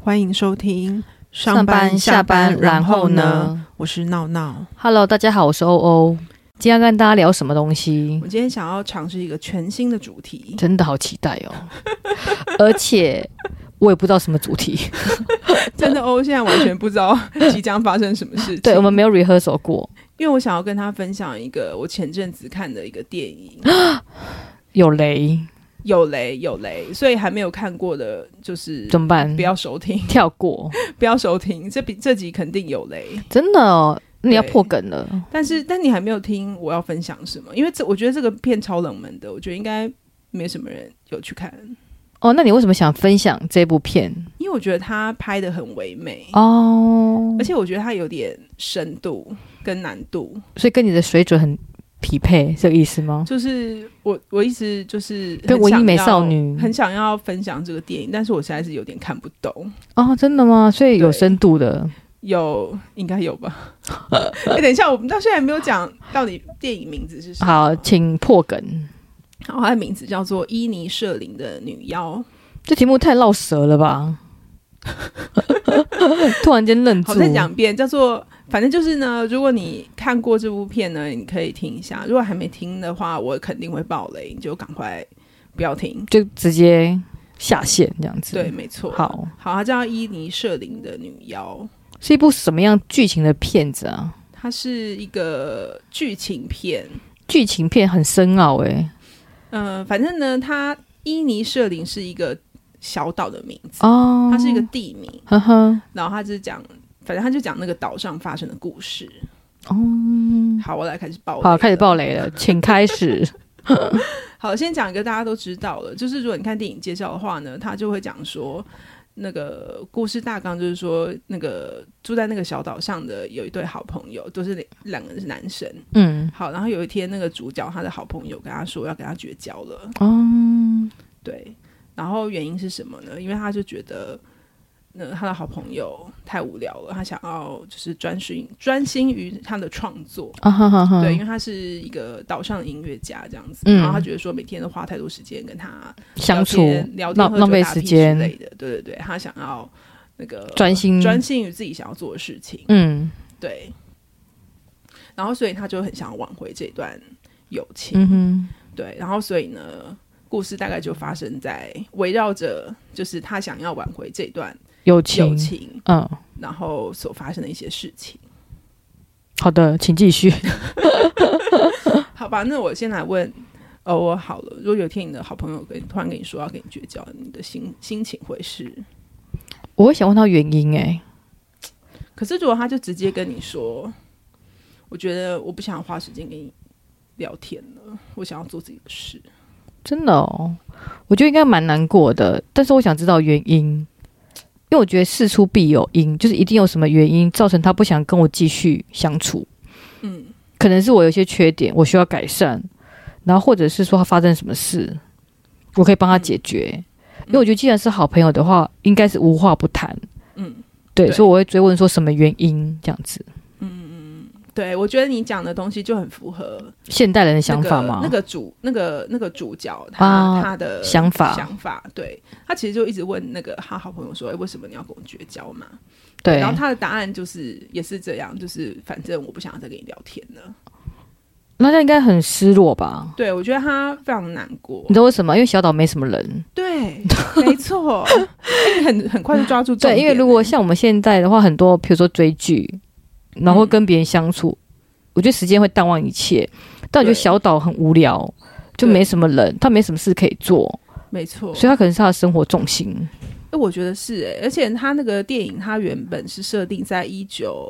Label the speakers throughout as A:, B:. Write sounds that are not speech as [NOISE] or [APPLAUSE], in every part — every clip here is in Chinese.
A: 欢迎收听
B: 上班下班，然后？呢
A: 我是闹闹，
B: ？Hello，大家好，我是欧欧。今天要跟大家聊什么东西
A: 我？今天想要尝试一个全新的主题，
B: 真的好期待
A: [LAUGHS]
B: 哦！而且我也不知道什么主题，
A: 真的哦，现在完全不知道即将发生什么事情。
B: [LAUGHS] 对我们没有 rehearsal 过。
A: 因为我想要跟他分享一个我前阵子看的一个电影，
B: 有雷
A: 有雷有雷，所以还没有看过的，就是
B: 怎么办
A: 不？要收听， [LAUGHS]
B: 跳过，
A: 不要收听，这比这集肯定有雷。
B: 真的哦，那你要
A: 对
B: 破梗了。
A: 但是，但你还没有听我要分享什么，因为这我觉得这个片超冷门的，我觉得应该没什么人有去看，
B: 哦，那你为什么想分享这部片？
A: 因为我觉得他拍的很唯美，
B: 哦
A: 而，且我觉得它有点深度跟难度，
B: 所以跟你的水准很匹配，这个意思吗？
A: 就是我我一直就是很
B: 跟文艺
A: 想要
B: 美少女
A: 很想要分享这个电影，但是我实在是有点看不懂，
B: 哦，真的吗？所以有
A: 对
B: 深度的。
A: 有应该有吧？ [LAUGHS] 哎、等一下，我们到现在还没有讲到底电影名字是什么。
B: 好，请破梗。
A: 然后它的名字叫做《伊尼舍林的女妖》，
B: 这题目太绕舌了吧！ [LAUGHS] 突然间愣住
A: 好，，再讲一遍，叫做反正就是呢，如果你看过这部片呢，你可以听一下；如果还没听的话，我肯定会爆雷，你就赶快不要听。
B: 就直接下线这样子。
A: 对，，没错。，
B: 好，
A: 好，它叫伊尼舍林的女妖，
B: 是一部什么样剧情的片子啊？
A: 它是一个剧情片。
B: 剧情片很深奥欸诶、
A: 呃，反正呢，它伊尼舍林是一个小岛的名字，
B: 哦，
A: 它是一个，地名，
B: 呵呵，
A: 然后它就是讲，反正它就讲那个岛上发生的故事。
B: 哦，
A: 好，我来开始爆雷。
B: 好，开始。爆雷
A: [LAUGHS]
B: 了，请开始。
A: 好，先讲一个大家都知道了，就是如果你看电影介绍的话呢，他就会讲说，那个故事大纲就是说，那个住在那个小岛上的有一对好朋友，都是两个人是男生。
B: 嗯，
A: 好，然后有一天那个主角他的好朋友跟他说要跟他绝交了，
B: 哦，
A: 对，然后原因是什么呢？因为他就觉得。呃那他的好朋友太无聊了，他想要就是专心专心于他的创作，
B: 啊哈哈哈，
A: 对，因，为他是一个岛上的音乐家这样子，
B: 嗯
A: 然后他觉得说每天都花太多时间跟他
B: 相处
A: 聊天聊天
B: 浪
A: 喝酒
B: 浪费
A: 打屁
B: 时间
A: 之类的，对对对，他想要那个
B: 专心
A: 专，心于自己想要做的事情，
B: 嗯
A: 对，然后所以他就很想要挽回这段友情，
B: 嗯哼，
A: 对，然后所以呢，故事大概就发生在围绕着就是他想要挽回这段
B: 友情，
A: 友情，
B: 嗯，
A: 然后所发生的一些事情。
B: 好的，请继续。 [LAUGHS]
A: 好吧，那我先来问哦，我好了。如果有一天你的好朋友跟突然跟你说要跟你绝交，你的心心情会是？
B: 我会想问到原因诶、欸
A: 可是如果他就直接跟你说，我觉得我不想花时间跟你聊天了，我想要做自己的事。
B: 真的哦，我觉得应该蛮难过的，但是我想知道原因，因为我觉得事出必有因，就是一定有什么原因造成他不想跟我继续相处。
A: 嗯，
B: 可能是我有一些缺点，我需要改善，然后或者是说他发生什么
A: 嗯
B: 事，我可以帮他解决。因为我觉得既然是好朋友的话，应该是无话不谈。
A: 嗯，
B: 对，
A: 对
B: 所以我会追问说什么原因这样子，
A: 对，我觉得你讲的东西就很符合
B: 现代人的
A: 那
B: 想
A: 个
B: 法吗？
A: 那个主那个那个主角他、
B: 啊
A: 他的
B: 想法
A: 想法，对他其实就一直问那个他好朋友说，哎、为什么你要跟我绝交嘛？
B: 对，
A: 然后他的答案就是也是这样，就是反正我不想要再跟你聊天了。
B: 那他应该很失落吧？
A: 对，我觉得他非常难过
B: 你。知道为什么？因为小岛没什么人。
A: 对，没
B: [LAUGHS]
A: 错，哎你很很快就抓住重
B: 对，
A: 点。
B: 因为如果像我们现在的话，很多比如说追剧，然后会跟别人相处，我觉得时间会淡忘一切。但我觉
A: 对
B: 得小岛很无聊，就
A: 对
B: 没什么人，他没什么事可以做，
A: 没错，
B: 所以他可能是啊他的生活重心。
A: 哎，我觉得是哎，而且他那个电影，他原本是设定在一九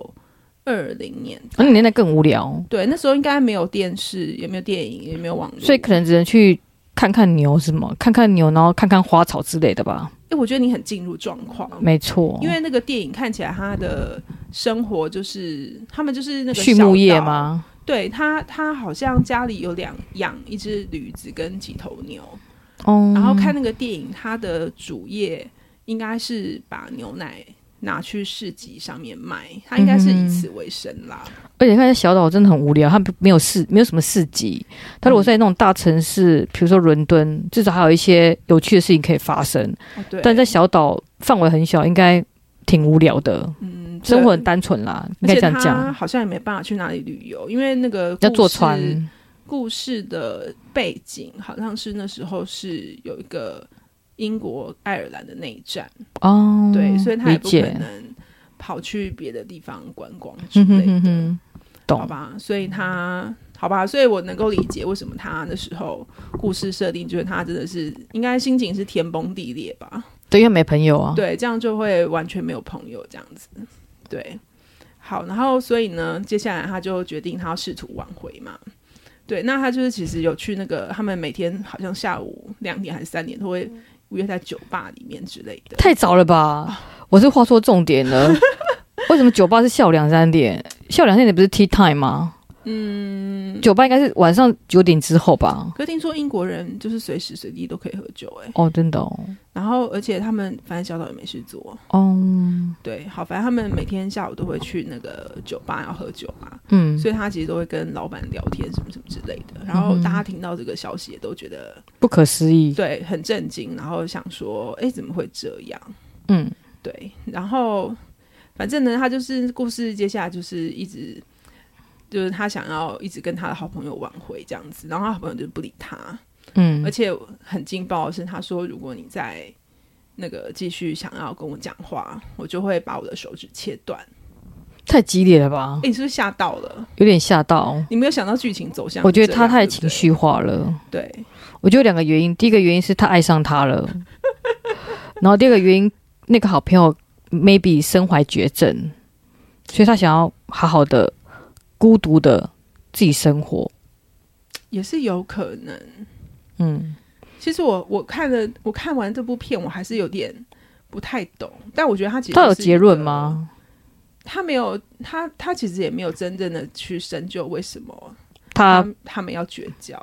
A: 二零年，
B: 而你年代更无聊，
A: 对，那时候应该没有电视，也没有电影，也没有网络，
B: 所以可能只能去看看牛是吗？看看牛，然后看看花草之类的吧。
A: 哎，我觉得你很进入状况。
B: 没错，
A: 因为那个电影看起来，他的生活就是他们就是那个
B: 畜牧业
A: 小岛？
B: 吗？
A: 对他，他好像家里有两养一只驴子跟几头牛，
B: 哦，
A: 然后看那个电影，它的主业应该是把牛奶拿去市集上面卖，它应该
B: 嗯
A: 是以此为生啦。
B: 而且看在小岛真的很无聊，它没有市，没有什么市集。它如果
A: 嗯
B: 在那种大城市，比如说伦敦，至少还有一些有趣的事情可以发生。
A: 哦对，
B: 但在小岛范围很小，应该挺无聊的，
A: 嗯，对
B: 生活很单纯啦，应
A: 而
B: 该
A: 且
B: 这样
A: 他
B: 讲。
A: 好像也没办法去哪里旅游，因为那个
B: 要
A: 故
B: 坐
A: 事
B: 船，
A: 故事的背景好像是那时候是有一个英国爱尔兰的内战，
B: 哦，
A: 对，所以他
B: 理
A: 也不可
B: 解，
A: 能跑去别的地方观光之
B: 嗯哼
A: 类的，
B: 哼哼，
A: 好
B: 懂，
A: 吧？所以他好吧，所以我能够理解为什么他那时候故事设定就是他真的是应该心情是天崩地裂吧？
B: 对，因为没朋友啊，
A: 对，这样就会完全没有朋友这样子，对。好，然后所以呢，接下来他就决定他要试图挽回嘛。对，那他就是其实有去那个，他们每天好像下午两点还是三点都会约在酒吧里面之类的。
B: 嗯太早了吧？我是画错重点了。
A: [LAUGHS]
B: 为什么酒吧是下午两三点？下午两三点不是 tea time 吗？嗯，酒吧应该是晚上九点之后吧？
A: 可听说英国人就是随时随地都可以喝酒、欸，
B: 哦，真的哦，
A: 然后而且他们反正小岛也没事做，
B: 哦，
A: 对，好，反正他们每天下午都会去那个酒吧要喝酒嘛，
B: 嗯，
A: 所以他其实都会跟老板聊天什么什么之类的。然后
B: 嗯哼
A: 大家听到这个消息也都觉得
B: 不可思议，
A: 对很震惊，然后想说，哎，怎么会这样？
B: 嗯，
A: 对，然后反正呢，他就是故事接下来就是一直就是他想要一直跟他的好朋友挽回这样子，然后他好朋友就不理他，
B: 嗯
A: 而，且很劲爆的是，他说如果你再那个继续想要跟我讲话，我就会把我的手指切断。
B: 太激烈了吧
A: 哎、？你是不是吓到了？
B: 有点吓到。
A: 你没有想到剧情走向是这样？
B: 我觉得他
A: 对
B: 太
A: 不对
B: 情。绪化了。
A: 对，
B: 我觉得有两个原因，第一个原因是他爱上他
A: [LAUGHS]
B: 了，然后第二个原因，那个好朋友 maybe 身怀绝症，所以他想要好好的、孤独的自己生活。
A: 也是有可能。
B: 嗯，
A: 其实我我看了，我看完这部片，我还是有点不太懂。但我觉得他其实
B: 他有
A: 是一
B: 结论
A: 个？
B: 吗？
A: 他没有，他他其实也没有真正的去深究为什么
B: 他
A: 他他们要绝交。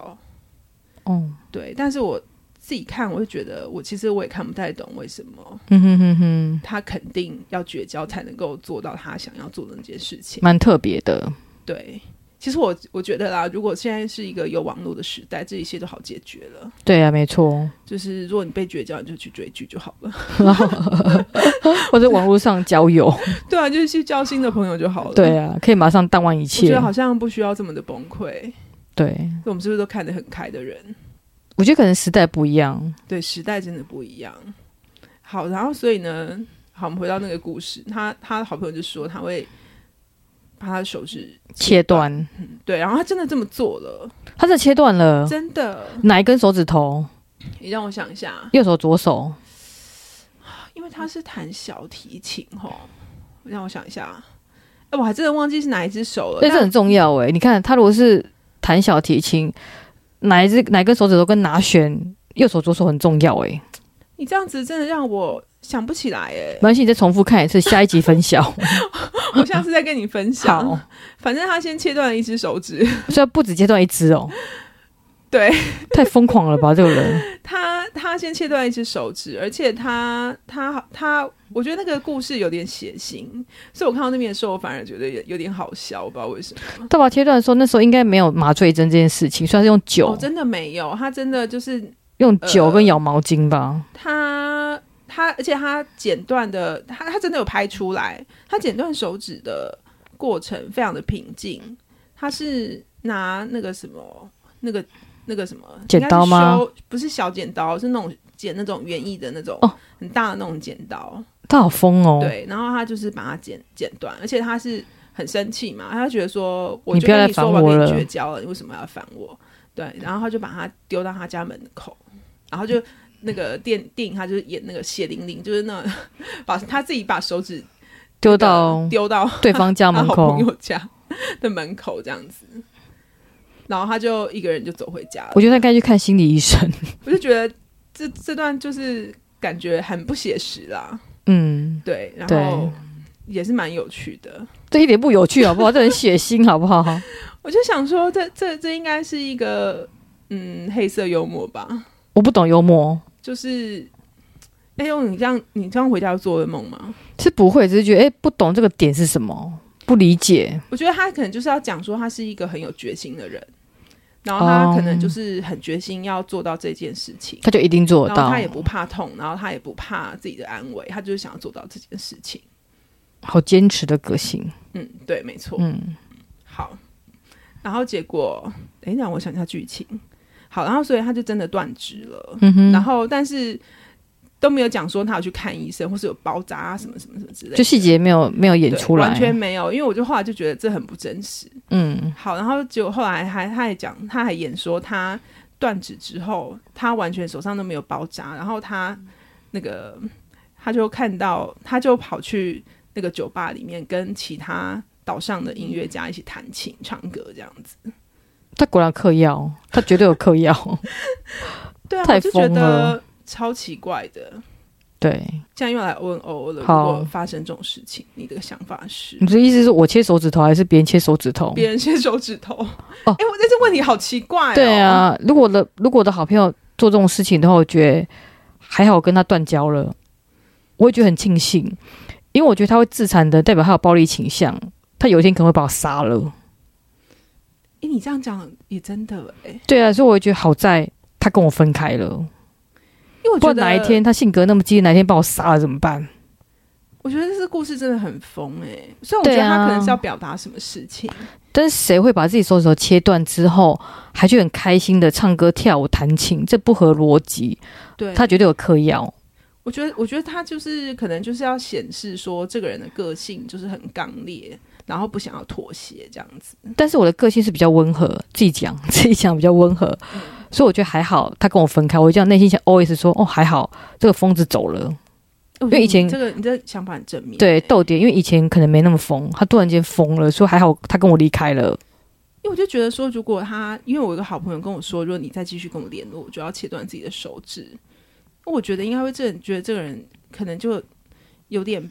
B: 哦，
A: 对，但是我自己看，我会觉得我其实我也看不太懂为什么。
B: 嗯哼哼哼，
A: 他肯定要绝交才能够做到他想要做的那件事情。
B: 蛮特别的。
A: 对，其实我我觉得啦，如果现在是一个有网络的时代，这一切都好解决了。
B: 对啊，没错。
A: 就是如果你被绝交，你就去追剧就好了。
B: [LAUGHS] 或者网络上交友，
A: 对啊，就是去交新的朋友就好了。
B: 对
A: 啊，
B: 啊，可以马上淡忘一
A: 我觉
B: 切
A: 得。好像不需要这么的崩溃。
B: 对，
A: 我们是不是都看得很开的人？
B: 我觉得可能时代不一样。
A: 对，时代真的不一样。好，然后所以呢，好，我们回到那个故事，他他的好朋友就说他会把他的手指
B: 切断，
A: 对，然后他真的这么做了，
B: 他是切断了
A: 真的。
B: 哪一根手指头？
A: 你让我想一下，
B: 右手、左手？
A: 因为他是弹小提琴吼，让我想一下，哎、我还真的忘记是哪一只手了。
B: 对，这很重要哎。你看，他如果是弹小提琴，哪一只哪一根手指头跟哪选，右手左手很重要哎。
A: 你这样子真的让我想不起来哎
B: 没、关系，你再重复看一次，下一集
A: [LAUGHS]
B: 分晓。
A: 我下次再跟你分
B: [LAUGHS] 好
A: 享。，反正他先切断了一只手指，
B: 虽然不止切断一只哦，
A: 对，
B: 太疯狂了吧这个人。
A: 他他先切断一只手指，而且他他他，我觉得那个故事有点血腥，所以我看到那边的时候，我反而觉得有有点好笑，我不知道为什么。
B: 到把切断的时候，那时候应该没有麻醉针这件事情，虽然是用酒，
A: 哦，呃真的没有，他真的就是
B: 用酒跟咬毛巾吧。
A: 他他，而且他剪断的，他他真的有拍出来，他剪断手指的过程非常的平静，他是拿那个什么那个那个什么
B: 剪刀吗？
A: 应该是修不是小剪刀，是那种剪那种园艺的那种、
B: 哦
A: 很大的那种剪刀，
B: 他好疯哦！
A: 对，然后他就是把它剪剪断，而且他是很生气嘛，他就觉得说，我
B: 你
A: 就
B: 不要
A: 跟
B: 再
A: 你说
B: 烦
A: 我
B: 我
A: 跟
B: 了
A: 你绝交了，你为什么要烦我？对，然后他就把他丢到他家门口，然后就那个电电影，他就是演那个血淋淋，就是那种把他自己把手指
B: 丢到
A: 丢到
B: [LAUGHS] 对方家
A: 他
B: 门
A: 好
B: 口
A: 朋，友家的门口这样子，然后他就一个人就走回家了
B: 我。觉得他应该去看心理医生。
A: 我就觉得这这段就是感觉很不写实啦，
B: 嗯，
A: 对，然
B: 对
A: 后也是蛮有趣的。
B: 这一点不有趣好不好？这很血腥好不好？
A: 我就想说这，这这应该是一个嗯黑色幽默吧，
B: 我不懂幽默。
A: 就是哎呦，你这样你这样回家做噩梦吗？
B: 是不会，只是觉得哎、诶不懂这个点是什么，不理解。
A: 我觉得他可能就是要讲说他是一个很有决心的人，然后他
B: 哦
A: 可能就是很决心要做到这件事情，
B: 他就一定做得
A: 然后
B: 到
A: 他，也不怕痛，然后他也不怕自己的安危，他就是想要做到这件事情。
B: 好坚持的个性。
A: 嗯，对，没错。
B: 嗯，
A: 好，然后结果，哎，让我想一下剧情。好，然后所以他就真的断肢了，
B: 嗯哼
A: 然后但是都没有讲说他有去看医生，或是有包扎啊什么什么什么之类的，
B: 就细节没有没有演
A: 对
B: 出来，
A: 完全没有。因为我就后来就觉得这很不真实。
B: 嗯，
A: 好，然后结果后来还他还讲，他还演说他断指之后，他完全手上都没有包扎，然后他那个他就看到，他就跑去那个酒吧里面跟其他岛上的音乐家一起弹琴、唱歌这样子。
B: 他果然嗑药，他绝对有嗑药。 [LAUGHS]
A: 对啊，
B: 太
A: 我就觉
B: 疯
A: 得
B: 了
A: 超奇怪的。
B: 对，
A: 现在又来问欧欧了，如
B: 好
A: 果发生这种事情，你的想法是
B: 你？的意思是我切手指头还是别人切手指头？
A: 别人切手指头？哎、我这这问题好奇怪、哦。
B: 哦对，啊，如果我的如果我的好朋友做这种事情的话，我觉得还好，我跟他断交了，我会觉得很庆幸，因为我觉得他会自残的，代表他有暴力倾向，他有一天可能会把我杀了。
A: 哎、你这样讲也真的哎、
B: 对啊，所以我会觉得好在他跟我分开了，
A: 因为我
B: 不
A: 觉
B: 然
A: 得
B: 哪一天他性格那么激烈，哪一天把我杀了怎么办？
A: 我觉得这故事真的很疯哎、虽然我觉得
B: 对啊
A: 他可能是要表达什么事情，
B: 但是谁会把自己手指头切断之后，还去很开心的唱歌、跳舞、弹琴？这不合逻辑。
A: 对
B: 他绝对有嗑药，
A: 我觉得，我觉得他就是可能就是要显示说这个人的个性就是很刚烈，然后不想要妥协这样子。
B: 但是我的个性是比较温和，自己讲 [LAUGHS] 自己讲比较温和，所以我觉得还好。他跟我分开，我这样内心想 always 说，哦还好，这个疯子走了。
A: 因
B: 以
A: 嗯
B: 前
A: 这个你的想法很正面、
B: 对，
A: 欸
B: 逗点，因为以前可能没那么疯，他突然间疯了，所以还好他跟我离开了。
A: 因为我就觉得说，如果他，因为我有一个好朋友跟我说，如果你再继续跟我联络，我就要切断自己的手指。我觉得应该会这觉得这个人可能就有点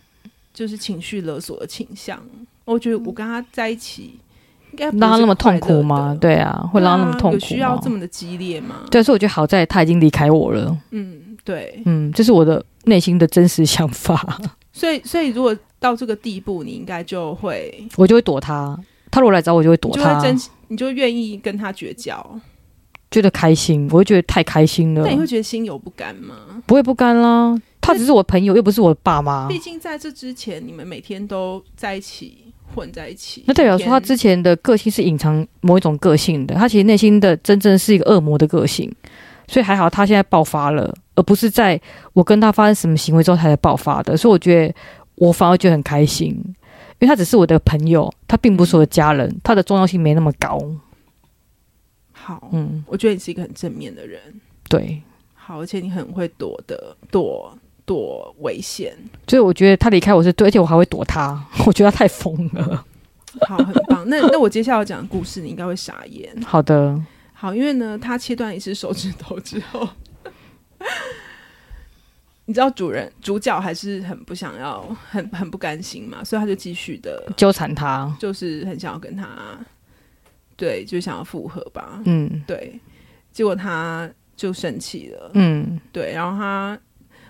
A: 就是情绪勒索的倾向。我觉得我跟他在一起，应该不是
B: 让他嗯那么
A: 快
B: 痛
A: 乐
B: 苦吗
A: 的？
B: 对啊，会
A: 对
B: 让
A: 啊
B: 他那么痛
A: 有
B: 苦
A: 需要
B: 吗
A: 这？么的激烈吗？，
B: 对，所以我觉得好在他已经离开我了。
A: 嗯，对。
B: 嗯，这是我的内心的真实想法， [LAUGHS]
A: 所以，所以如果到这个地步，你应该就会，
B: 我就会躲他。他如果来找我，我就会
A: 你
B: 躲
A: 就会
B: 他，
A: 珍惜，你就愿意跟他绝交。
B: 觉得开心，我会觉得太开心了
A: 但，你会觉得心有不甘吗？
B: 不会不甘啦。他只是我朋友，又不是我爸妈。
A: 毕竟在这之前，你们每天都在一起混在一起，
B: 那代表说他
A: 每天
B: 之前的个性是隐藏某一种个性的，他其实内心的真正是一个恶魔的个性，所以还好他现在爆发了，而不是在我跟他发生什么行为之后才爆发的，所以我觉得我反而觉得很开心，因为他只是我的朋友，他并不是我的家人，他的重要性没那么高。
A: 好，
B: 嗯，
A: 我觉得你是一个很正面的人，
B: 对，
A: 好，而且你很会躲的，躲躲危险，
B: 所以我觉得他离开我是对，而且我还会躲他， [LAUGHS] 我觉得他太疯了。
A: 好，很棒。那那我接下来要讲的故事，你应该会傻眼。
B: 好的，
A: 好，因为呢，他切断一只手指头之后， [LAUGHS] 你知道主人主角还是很不想要，很很不甘心嘛，所以他就继续的，
B: 纠缠他，
A: 就是很想要跟他，对，就想要复合吧，
B: 嗯
A: 对。结果他就生气了，
B: 嗯，
A: 对，然后他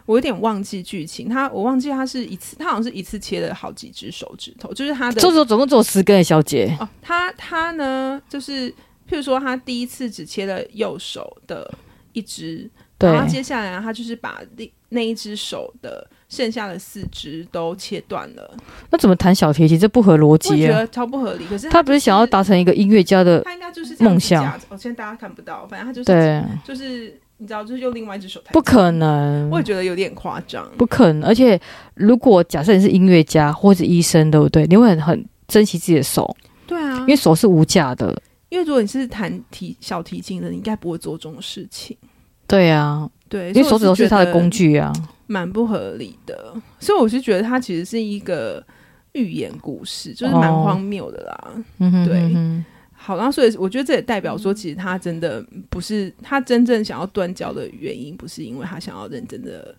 A: 我有点忘记剧情，他我忘记他是一次，他好像是一次切了好几只手指头，就是他的
B: 这时候总共只有十根的小姐，
A: 哦，他他呢，就是譬如说，他第一次只切了右手的一只，
B: 对
A: 然后接下来啊他就是把另那一只手的剩下的四只都切断了，
B: 那怎么弹小提琴？这不合逻
A: 我也
B: 辑
A: 觉
B: 啊！
A: 得超不合理。可是
B: 他不是想要
A: 打，
B: 达成一个音乐家的
A: 他应该就是这样
B: 梦
A: 子夹
B: 想
A: 着。我、现在大家看不到，反正他就是
B: 对，
A: 就是你知道，就是用另外一只手抬。
B: 不可，能
A: 我，也觉得有点夸张。
B: 不可能。而且，如果假设你是音乐家或者医生，对不对？你会很很珍惜自己的手，
A: 对啊，因
B: 因为
A: 为
B: 手是无价的。
A: 因为如果你是弹提小提琴的，你应该不会做这种事情。
B: 对啊，
A: 对，
B: 因
A: 所
B: 为
A: 以
B: 手
A: 我
B: 指头是他
A: 觉得
B: 的工具啊。
A: 蛮不合理的，所以我是觉得它其实是一个寓言故事，就是蛮
B: 哦
A: 荒谬的啦。
B: 嗯哼，
A: 对
B: 嗯哼
A: 好，然后所以我觉得这也代表说，其实他真的不是他真正想要断交的原因，不是因为他想要认真的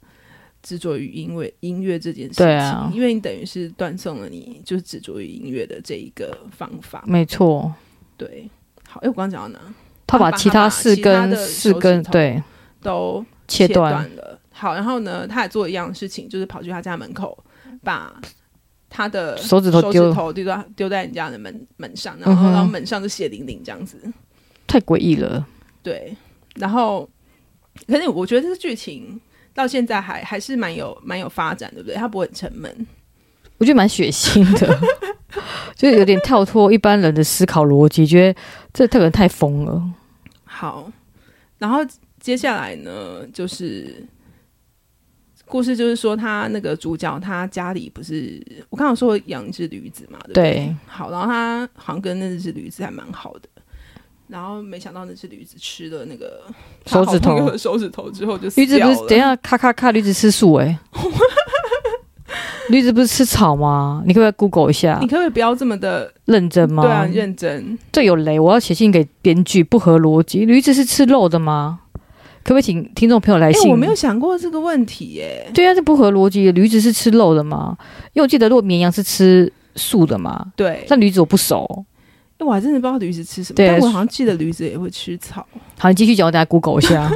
A: 执着于音乐音乐这件事情，
B: 对啊
A: 因为你等于是断送了你就是执着于音乐的这一个方法。
B: 没错。
A: 对，好，哎、我刚刚讲到哪？
B: 他
A: 把
B: 把其他
A: 他把
B: 四
A: 其他
B: 根
A: 的
B: 四
A: 手
B: 根
A: 指头
B: 对
A: 都
B: 切断，
A: 断了。好，然后呢，他也做一样的事情，就是跑去他家门口，把他的
B: 嗯手指头
A: 手
B: 丢
A: 指头丢到丢在人家的门门上，然后
B: 嗯哼
A: 然后门上就血淋淋这样子。
B: 太诡异了。
A: 对，然后可是我觉得这个剧情到现在还还是蛮有蛮有发展，对不对？它不会很沉闷。
B: 我觉得蛮血腥的， [LAUGHS] 就是有点跳脱一般人的思考逻辑，觉得这特人太疯了。
A: 好，然后接下来呢，就是故事，就是说他那个主角他家里不是我刚刚有说养一只驴子嘛，对不对？
B: 对，
A: 好，然后他好像跟那只驴子还蛮好的。然后没想到那只驴子吃了那个他
B: [LAUGHS] 手指头
A: 好朋友的手指头之后就死
B: 驴子
A: 掉
B: 不
A: 了。
B: 是等一下咔咔咔，驴子吃素哎、
A: [LAUGHS]
B: 驴子不是吃草吗？你可不可以 Google 一下
A: 你？可不可以不要这么的
B: 认真吗？
A: 对啊认真？
B: 这有雷，我要写信给编剧，不合逻辑。驴子是吃肉的吗？可不可以请听众朋友来
A: 哎、
B: 信？
A: 我没有想过这个问题耶、
B: 对啊，这不合逻辑。驴子是吃肉的吗？因为我记得，如果绵羊是吃素的嘛，
A: 对，
B: 但驴子我不熟。
A: 哎我还真的不知道驴子吃什么，
B: 对
A: 但我好像记得驴子也会吃草。
B: 好，你继续讲，我等下 Google 一下。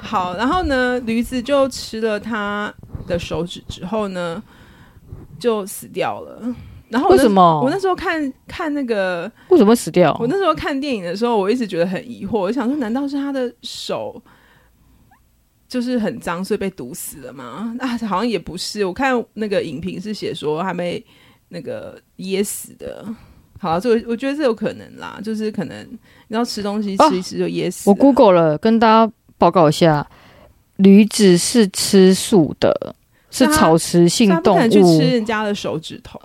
A: 好，然后呢，驴子就吃了他的手指之后呢，就死掉了。然 [LAUGHS] 后我
B: 为
A: 那
B: 什么？
A: 我那时候看看那个，
B: 为什么会死掉？
A: 我那时候看电影的时候，我一直觉得很疑惑，我就想说，难道是他的手就是很脏，所以被毒死了吗？啊，好像也不是。我看那个影评是写说还没那个噎死的。好啊，这我我觉得这有可能啦，就是可能你知道吃东西
B: 哦
A: 吃一吃就噎死了、
B: 我 Google 了，跟大家报告一下，驴子是吃素的，是
A: 那它
B: 草食性
A: 他不
B: 动
A: 可能去吃
B: 物，
A: 人家的手指头，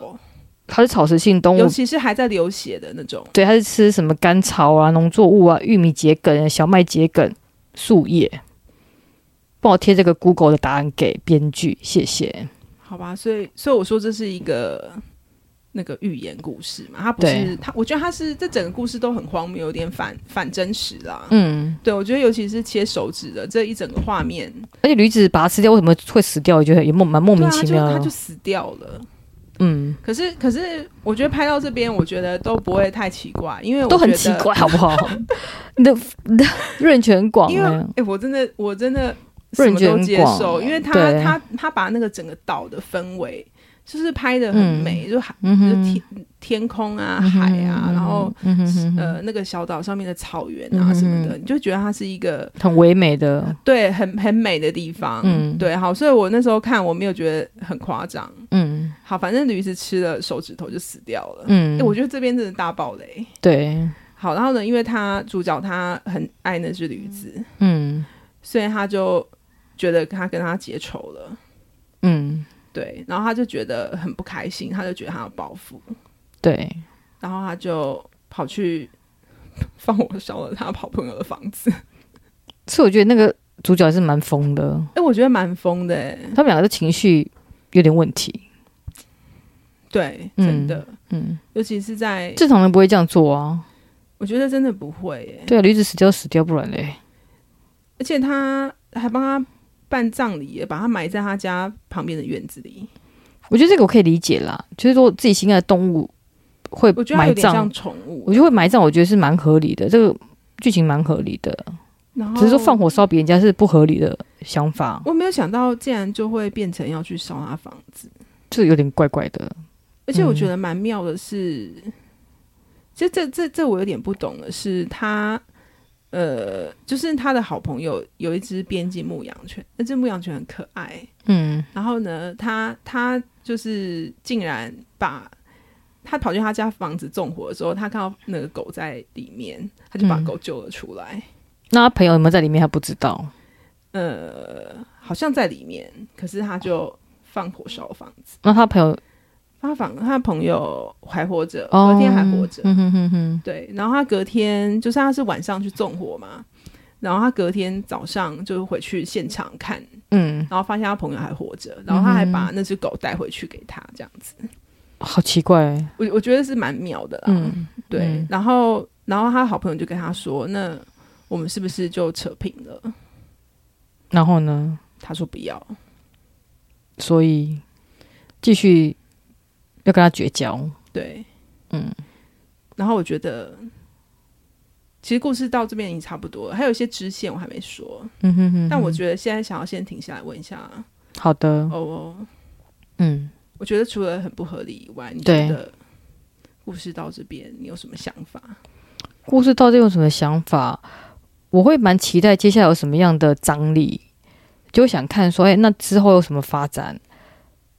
B: 它是草食性动
A: 尤
B: 物。
A: 其是还在流血的那种。
B: 对，它是吃什么甘草啊、农作物啊、玉米桔梗、小麦桔梗、树叶。帮我贴这个 Google 的答案给编剧，谢谢。
A: 好吧，所以所以我说这是一个那个寓言故事嘛，它不是
B: 对
A: 它，我觉得它是这整个故事都很荒谬，有点反反真实啦。
B: 嗯，
A: 对，我觉得尤其是切手指的这一整个画面，
B: 而且驴子把它吃掉，为什么会死掉？我觉得也莫蛮莫
A: 对
B: 名
A: 啊，它
B: 其
A: 就
B: 妙的。哦
A: 它就死掉了。
B: 嗯，
A: 可是可是，我觉得拍到这边，我觉得都不会太奇怪，因为我
B: 都很
A: 觉
B: 奇
A: 得
B: 怪，好不好？ [LAUGHS] 你的你的润全广、
A: 因为
B: 欸
A: 哎、，我真的我真的什
B: 润
A: 么
B: 卷
A: 都接
B: 广
A: 受，因为他
B: 对
A: 他他把那个整个岛的氛围就是拍的很
B: 嗯
A: 美，就海
B: 嗯
A: 就
B: 哼
A: 天天空啊、海啊，然后、
B: 嗯哼哼嗯哼
A: 呃那个小岛上面的草原啊什么的，你就觉得它是一个
B: 很唯美的，
A: 对很很美的地方。
B: 嗯
A: 对，好，所以我那时候看我没有觉得很夸张。
B: 嗯
A: 好，反正驴子吃了手指头就死掉了。
B: 嗯，
A: 哎我觉得这边真的大爆雷。
B: 对，
A: 好，然后呢，因为他主角他很爱那只驴子，
B: 嗯
A: 所以他就觉得他跟他结仇了，
B: 嗯
A: 对，然后他就觉得很不开心，他就觉得他要报复，
B: 对，
A: 然后他就跑去放火烧了他好朋友的房子。
B: 所以我觉得那个主角是蛮疯的，
A: 哎、我觉得蛮疯的、哎，
B: 他们两个的情绪有点问题，
A: 对，
B: 嗯
A: 真的，
B: 嗯，
A: 尤其是在，
B: 正常人不会这样做啊，
A: 我觉得真的不会、哎，
B: 对啊，驴子死掉死掉，不然嘞，
A: 而且他还帮他办葬礼，哎把他埋在他家旁边的院子里，
B: 我觉得这个我可以理解啦，就是说自己心爱的动物会
A: 我觉得他
B: 呃埋
A: 有点
B: 葬
A: 像，宠物
B: 我，觉得会埋葬，我觉得是蛮合理的，这个剧情蛮合理的，
A: 哦然后
B: 只是说放。火烧别人家是不合理的想法，
A: 我没有想到，竟然就会变成要去烧他房子。
B: 这有点怪怪的，
A: 而且我觉得蛮妙的是，其实这这这我有点不懂的是，他呃，就是他的好朋友有一只边境牧羊犬，那只牧羊犬很可爱。
B: 嗯
A: 然后呢，他他就是竟然把他跑去他家房子纵火的时候，他看到那个狗在里面，他就把
B: 嗯
A: 狗救了出来。
B: 那他朋友有没有在里面还不知道。
A: 呃，好像在里面，可是他就放火烧房子。
B: 那他朋友
A: 他房他的朋友还活着，
B: 哦，
A: 隔天还活着。
B: 嗯哼哼哼，
A: 对，然后他隔天就是他是晚上去纵火嘛，然后他隔天早上就回去现场看，
B: 嗯，
A: 然后发现他朋友还活着，然后他还把那只狗带回去给他，这样子，
B: 好奇怪，
A: 我我觉得是蛮妙的啦。
B: 嗯，
A: 对，
B: 嗯
A: 然后然后他好朋友就跟他说，那我们是不是就扯平了？
B: 然后呢，
A: 他说不要，
B: 所以继续要跟他绝交，
A: 对，
B: 嗯，
A: 然后我觉得。其实故事到这边已经差不多了，还有一些支线我还没说，
B: 嗯哼哼，
A: 但我觉得现在想要先停下来问一下
B: 好的，
A: 哦哦，
B: 嗯，
A: 我觉得除了很不合理以外，你
B: 对
A: 觉得故事到这边你有什么想法？
B: 故事到底有什么想法，我会蛮期待接下来有什么样的张力，就想看说，哎、那之后有什么发展？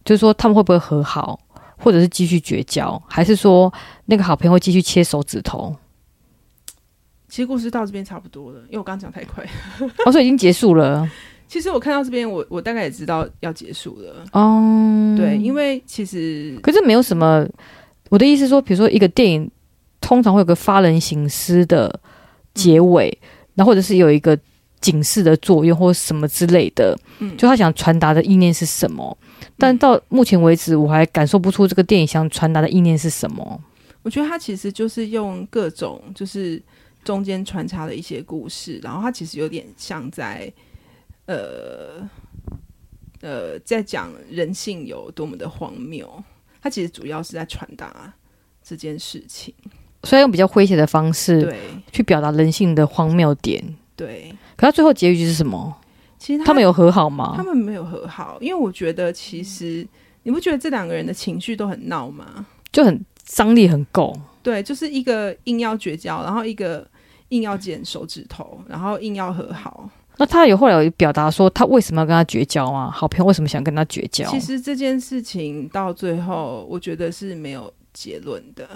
B: 就是说他们会不会和好，或者是继续绝交，还是说那个好朋友会继续切手指头？
A: 其实故事到这边差不多了，因为我刚刚讲太快。 [LAUGHS]
B: 哦，所以已经结束了
A: 其实我看到这边，我我大概也知道要结束了。
B: 哦。
A: 对，因为其实
B: 可是没有什么，我的意思是说，比如说一个电影通常会有个发人省思的结尾，
A: 嗯
B: 然后或者是有一个警示的作用或什么之类的，
A: 嗯
B: 就他想传达的意念是什么。但到目前为止，我还感受不出这个电影想传达的意念是什么。
A: 我觉得他其实就是用各种就是中间穿插的一些故事，然后他其实有点像在呃呃在讲人性有多么的荒谬。他其实主要是在传达这件事情。
B: 虽然用比较诙谐的方式
A: 对
B: 去表达人性的荒谬点，
A: 对，
B: 可他最后结局是什么？
A: 其实
B: 他们
A: 有
B: 有和好吗？
A: 他们没有和好，因为我觉得其实你不觉得这两个人的情绪都很闹吗？
B: 就很张力很够。
A: 对，就是一个硬要绝交，然后一个硬要剪手指头，然后硬要和好。
B: 那他有后来有表达说他为什么要跟他绝交啊？好朋友为什么想跟他绝交？
A: 其实这件事情到最后，我觉得是没有结论的。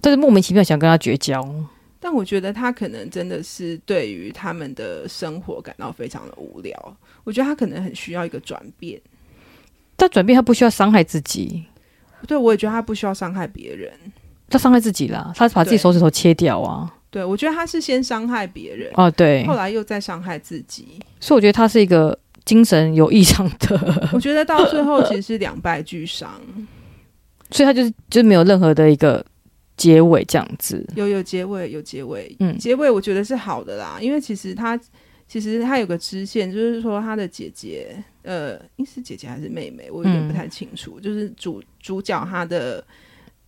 B: 但是莫名其妙想跟他绝交，
A: 但我觉得他可能真的是对于他们的生活感到非常的无聊。我觉得他可能很需要一个转变。
B: 但转变他不需要伤害自己，
A: 对，我也觉得他不需要伤害别人。
B: 他伤害自己啦，他把自己
A: 对
B: 手指头切掉啊，
A: 对我觉得他是先伤害别人，
B: 哦对
A: 后，来又再伤害自己。
B: 所以我觉得他是一个精神有异常的， [LAUGHS]
A: 我觉得到最后其实是两败俱伤。
B: 所以他就是就是没有任何的一个结尾这样子。
A: 有有结尾，有结尾，
B: 嗯
A: 结尾我觉得是好的啦，因为其实他其实他有个支线，就是说他的姐姐，呃，诶是姐姐还是妹妹，我有点
B: 嗯
A: 不太清楚，就是主主角他的。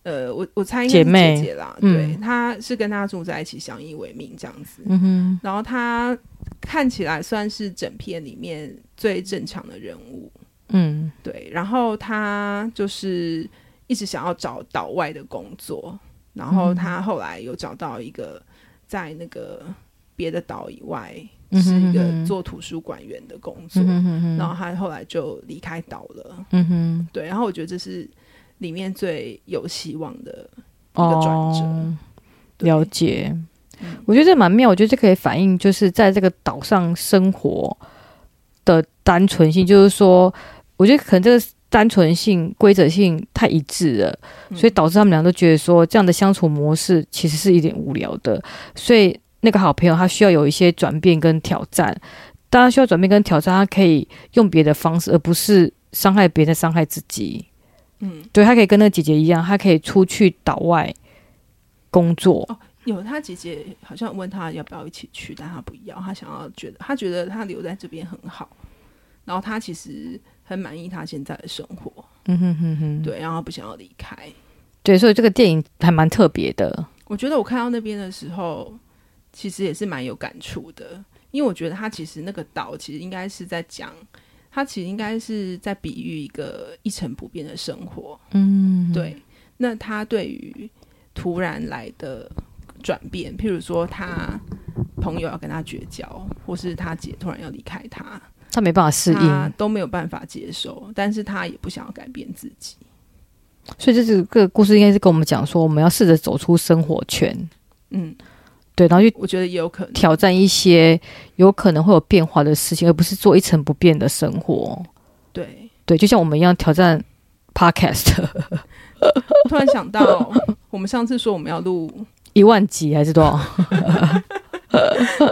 A: 呃，我我猜应该是
B: 姐妹
A: 姐姐啦，
B: 嗯
A: 对，她是跟他住在一起，相依为命这样子。
B: 嗯哼，
A: 然后她看起来算是整片里面最正常的人物，
B: 嗯，
A: 对，然后他就是一直想要找岛外的工作，然后
B: 嗯
A: 他后来有找到一个在那个别的岛以外
B: 嗯
A: 是
B: 哼
A: 一
B: 嗯
A: 个
B: 哼
A: 做图书馆员的工作，
B: 嗯哼哼，
A: 然后他后来就离开岛了。
B: 嗯哼，
A: 对，然后我觉得这是里面最有希望的一个转折。
B: 哦，
A: 对
B: 了解
A: 嗯。
B: 我觉得这蛮妙，我觉得这可以反映就是在这个岛上生活的单纯性，就是说，我觉得可能这个单纯性、规则性太一致了，
A: 嗯
B: 所以导致他们俩都觉得说这样的相处模式其实是一点无聊的，所以那个好朋友他需要有一些转变跟挑战，当然需要转变跟挑战，他可以用别的方式，而不是伤害别人、伤害自己。
A: 嗯，
B: 对他可以跟那个姐姐一样，他可以出去岛外工作。
A: 有他姐姐好像问他要不要一起去，但他不要，他想要觉得他觉得他留在这边很好，然后他其实很满意他现在的生活。
B: 嗯哼哼哼，
A: 对，然后不想要离开。
B: 对，所以这个电影还蛮特别的。
A: 我觉得我看到那边的时候，其实也是蛮有感触的，因为我觉得他其实那个岛其实应该是在讲，他其实应该是在比喻一个一成不变的生活。
B: 嗯，
A: 对，那他对于突然来的转变，譬如说他朋友要跟他绝交，或是他姐突然要离开他，
B: 他没办法适
A: 他
B: 应，
A: 都没有办法接受，但是他也不想要改变自己。
B: 所以这是个故事应该是跟我们讲说，我们要试着走出生活圈，
A: 嗯，
B: 对，然后去
A: 我觉得也有可能。
B: 挑战一些有可能会有变化的事情，而不是做一成不变的生活。
A: 对，
B: 对，就像我们一样挑战 podcast
A: 我突然想到，我们上次说我们要录
B: 一万集还是多少？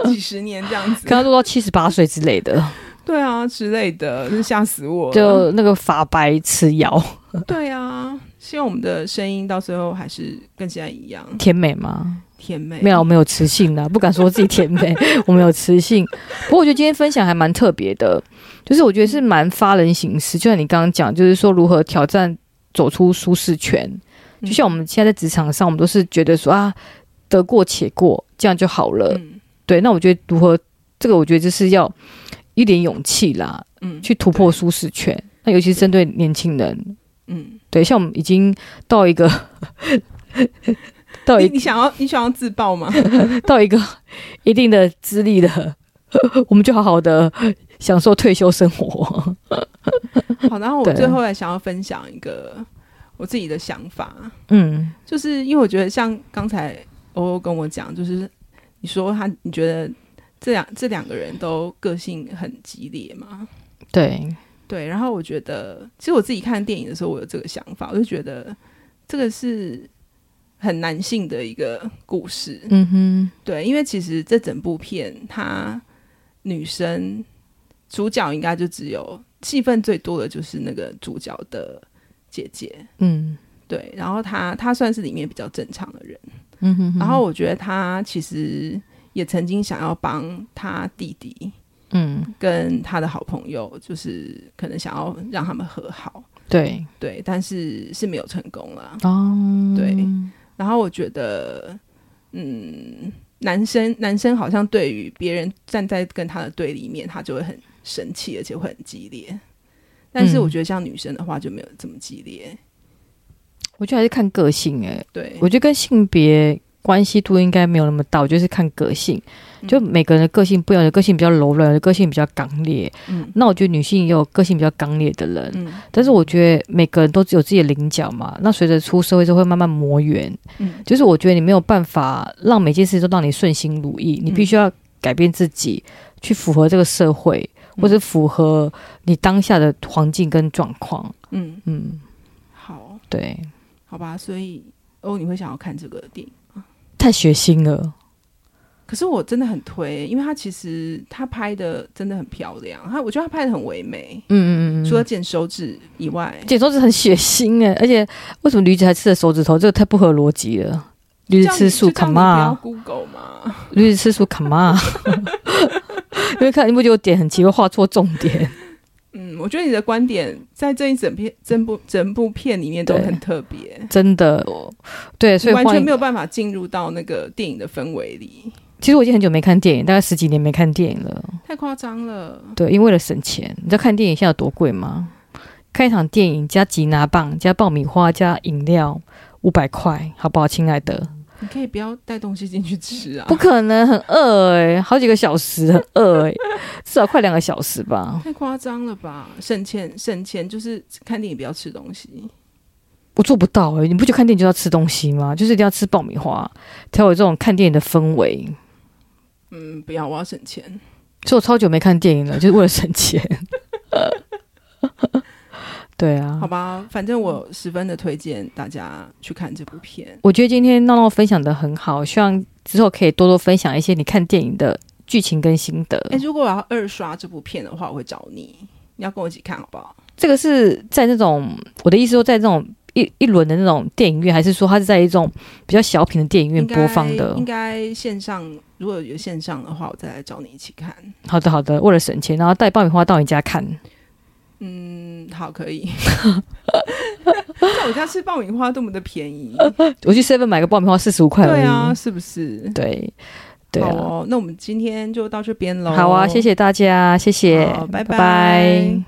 A: 几十年这样子
B: 可，能要做到七十八岁之类的，
A: 对啊之类的，就是吓死我了。
B: 就那个法白吃药
A: 对啊，希望我们的声音到最后还是跟现在一样
B: 甜美吗？
A: 甜美。
B: 没有，我们有磁性的，不敢说自己甜美， [LAUGHS] 我们有磁性。不过我觉得今天分享还蛮特别的，就是我觉得是蛮发人省思。就像你刚刚讲，就是说如何挑战走出舒适圈。
A: 嗯
B: 就像我们现在在职场上，我们都是觉得说啊，得过且过，这样就好了。
A: 嗯
B: 对，那我觉得如何这个，我觉得就是要一点勇气啦，
A: 嗯
B: 去突破舒适圈。那尤其是针对年轻人，
A: 嗯，
B: 对，像我们已经到一个 [LAUGHS] 到
A: 你
B: 一
A: 你想要你想要自爆吗？ [LAUGHS]
B: [LAUGHS] 到一个一定的 [LAUGHS] 资历了，我们就好好的享受退休生活。
A: 好，然后我
B: 对
A: 最后来想要分享一个我自己的想法，
B: 嗯
A: 就是因为我觉得像刚才欧欧跟我讲，就是你说他你觉得这两这两个人都个性很激烈嘛？，
B: 对，
A: 对，然后我觉得其实我自己看电影的时候，我有这个想法，我就觉得这个是很男性的一个故事，
B: 嗯哼，
A: 对，因为其实这整部片，她女生主角应该就只有戏份最多的就是那个主角的姐姐，
B: 嗯
A: 对，然后她她算是里面比较正常的人，
B: 嗯哼哼，
A: 然后我觉得她其实也曾经想要帮她弟弟
B: 嗯，
A: 跟她的好朋友，就是可能想要让他们和好，
B: 对，
A: 对，但是是没有成功啦。
B: 哦，
A: 对，然后我觉得，嗯，男生男生好像对于别人站在跟他的对立面，他就会很生气，而且会很激烈。但是
B: 嗯
A: 我觉得像女生的话就没有这么激烈，
B: 我觉得还是看个性诶、
A: 对，
B: 我觉得跟性别关系度应该没有那么大，我觉得是看个性，就每个人的个性不一样，有的个性比较柔软，有的个性比较刚烈。
A: 嗯
B: 那我觉得女性也有个性比较刚烈的人，
A: 嗯
B: 但是我觉得每个人都只有自己的棱角嘛。那随着出社会之后会慢慢磨圆，
A: 嗯
B: 就是我觉得你没有办法让每件事都让你顺心如意，你必须要改变自己，去符合这个社会，
A: 嗯
B: 或者符合你当下的环境跟状况。
A: 嗯，
B: 嗯，
A: 好，
B: 对，
A: 好吧，所以哦，你会想要看这个电影，
B: 太血腥了。
A: 可是我真的很推，因为他其实他拍的真的很漂亮，他我觉得他拍的很唯美，
B: 嗯嗯嗯
A: 除了
B: 嗯。
A: 剪手指以外，
B: 剪手指很血腥哎、而且为什么驴子还吃了手指头？这个太不合逻辑了。驴
A: 就
B: 子
A: 叫
B: 吃
A: 你
B: 素
A: 就叫
B: ，come
A: 你不要
B: on！
A: Google 嘛。
B: 驴子吃素，come on！因为看你不觉得我点很奇怪，画错重点？
A: 嗯，我觉得你的观点在这一整片、整部、整部片里面都
B: 对
A: 很特别，
B: 真的，我对，所
A: 你
B: 以
A: 完
B: 欢
A: 全
B: 迎
A: 没有办法进入到那个电影的氛围里，
B: 其实我已经很久没看电影，大概十几年没看电影了。
A: 太夸张了。
B: 对，因为为了省钱，你知道看电影现在有多贵吗？看一场电影加吉拿棒加爆米花加饮料五百块，好不好，亲爱的？
A: 你可以不要带东西进去吃啊
B: 不，可能，很饿哎、好几个小时，很
A: [LAUGHS]
B: 饿哎、至少快两个小时吧。
A: 太夸张了吧？省钱，省钱就是看电影不要吃东西。
B: 我做不到哎、你不觉得看电影就要吃东西吗？就是一定要吃爆米花，才有这种看电影的氛围。
A: 嗯，不要，我要省钱。
B: 所以我超久没看电影了，就是为了省
A: [LAUGHS]
B: 钱。对啊，
A: 好吧，反正我十分的推荐大家去看这部片。
B: 我觉得今天闹闹分享的很好，希望之后可以多多分享一些你看电影的剧情跟心得。
A: 哎、如果我要二刷这部片的话，我会找你，你要跟我一起看好不好？
B: 这个是在那种我的意思说，在这种一一轮的那种电影院，还是说它是在一种比较小品的电影院
A: 应该
B: 播放的
A: 应？该线上，如果有线上的话，我再来找你一起看。
B: 好的，好的，为了省钱，然后带爆米花到你
A: [LAUGHS]
B: 家看。
A: 嗯，好，可以。 [LAUGHS] 在我家吃爆米花多么的便
B: [LAUGHS]
A: 宜，
B: 我去 Seven 买个爆米花四十五块而
A: 对
B: 已。
A: 啊，是不是？
B: 对对
A: 好哦
B: 啊，
A: 哦，那我们今天就到这边喽。
B: 好啊，谢，谢大家，谢谢，
A: 好，拜
B: 拜拜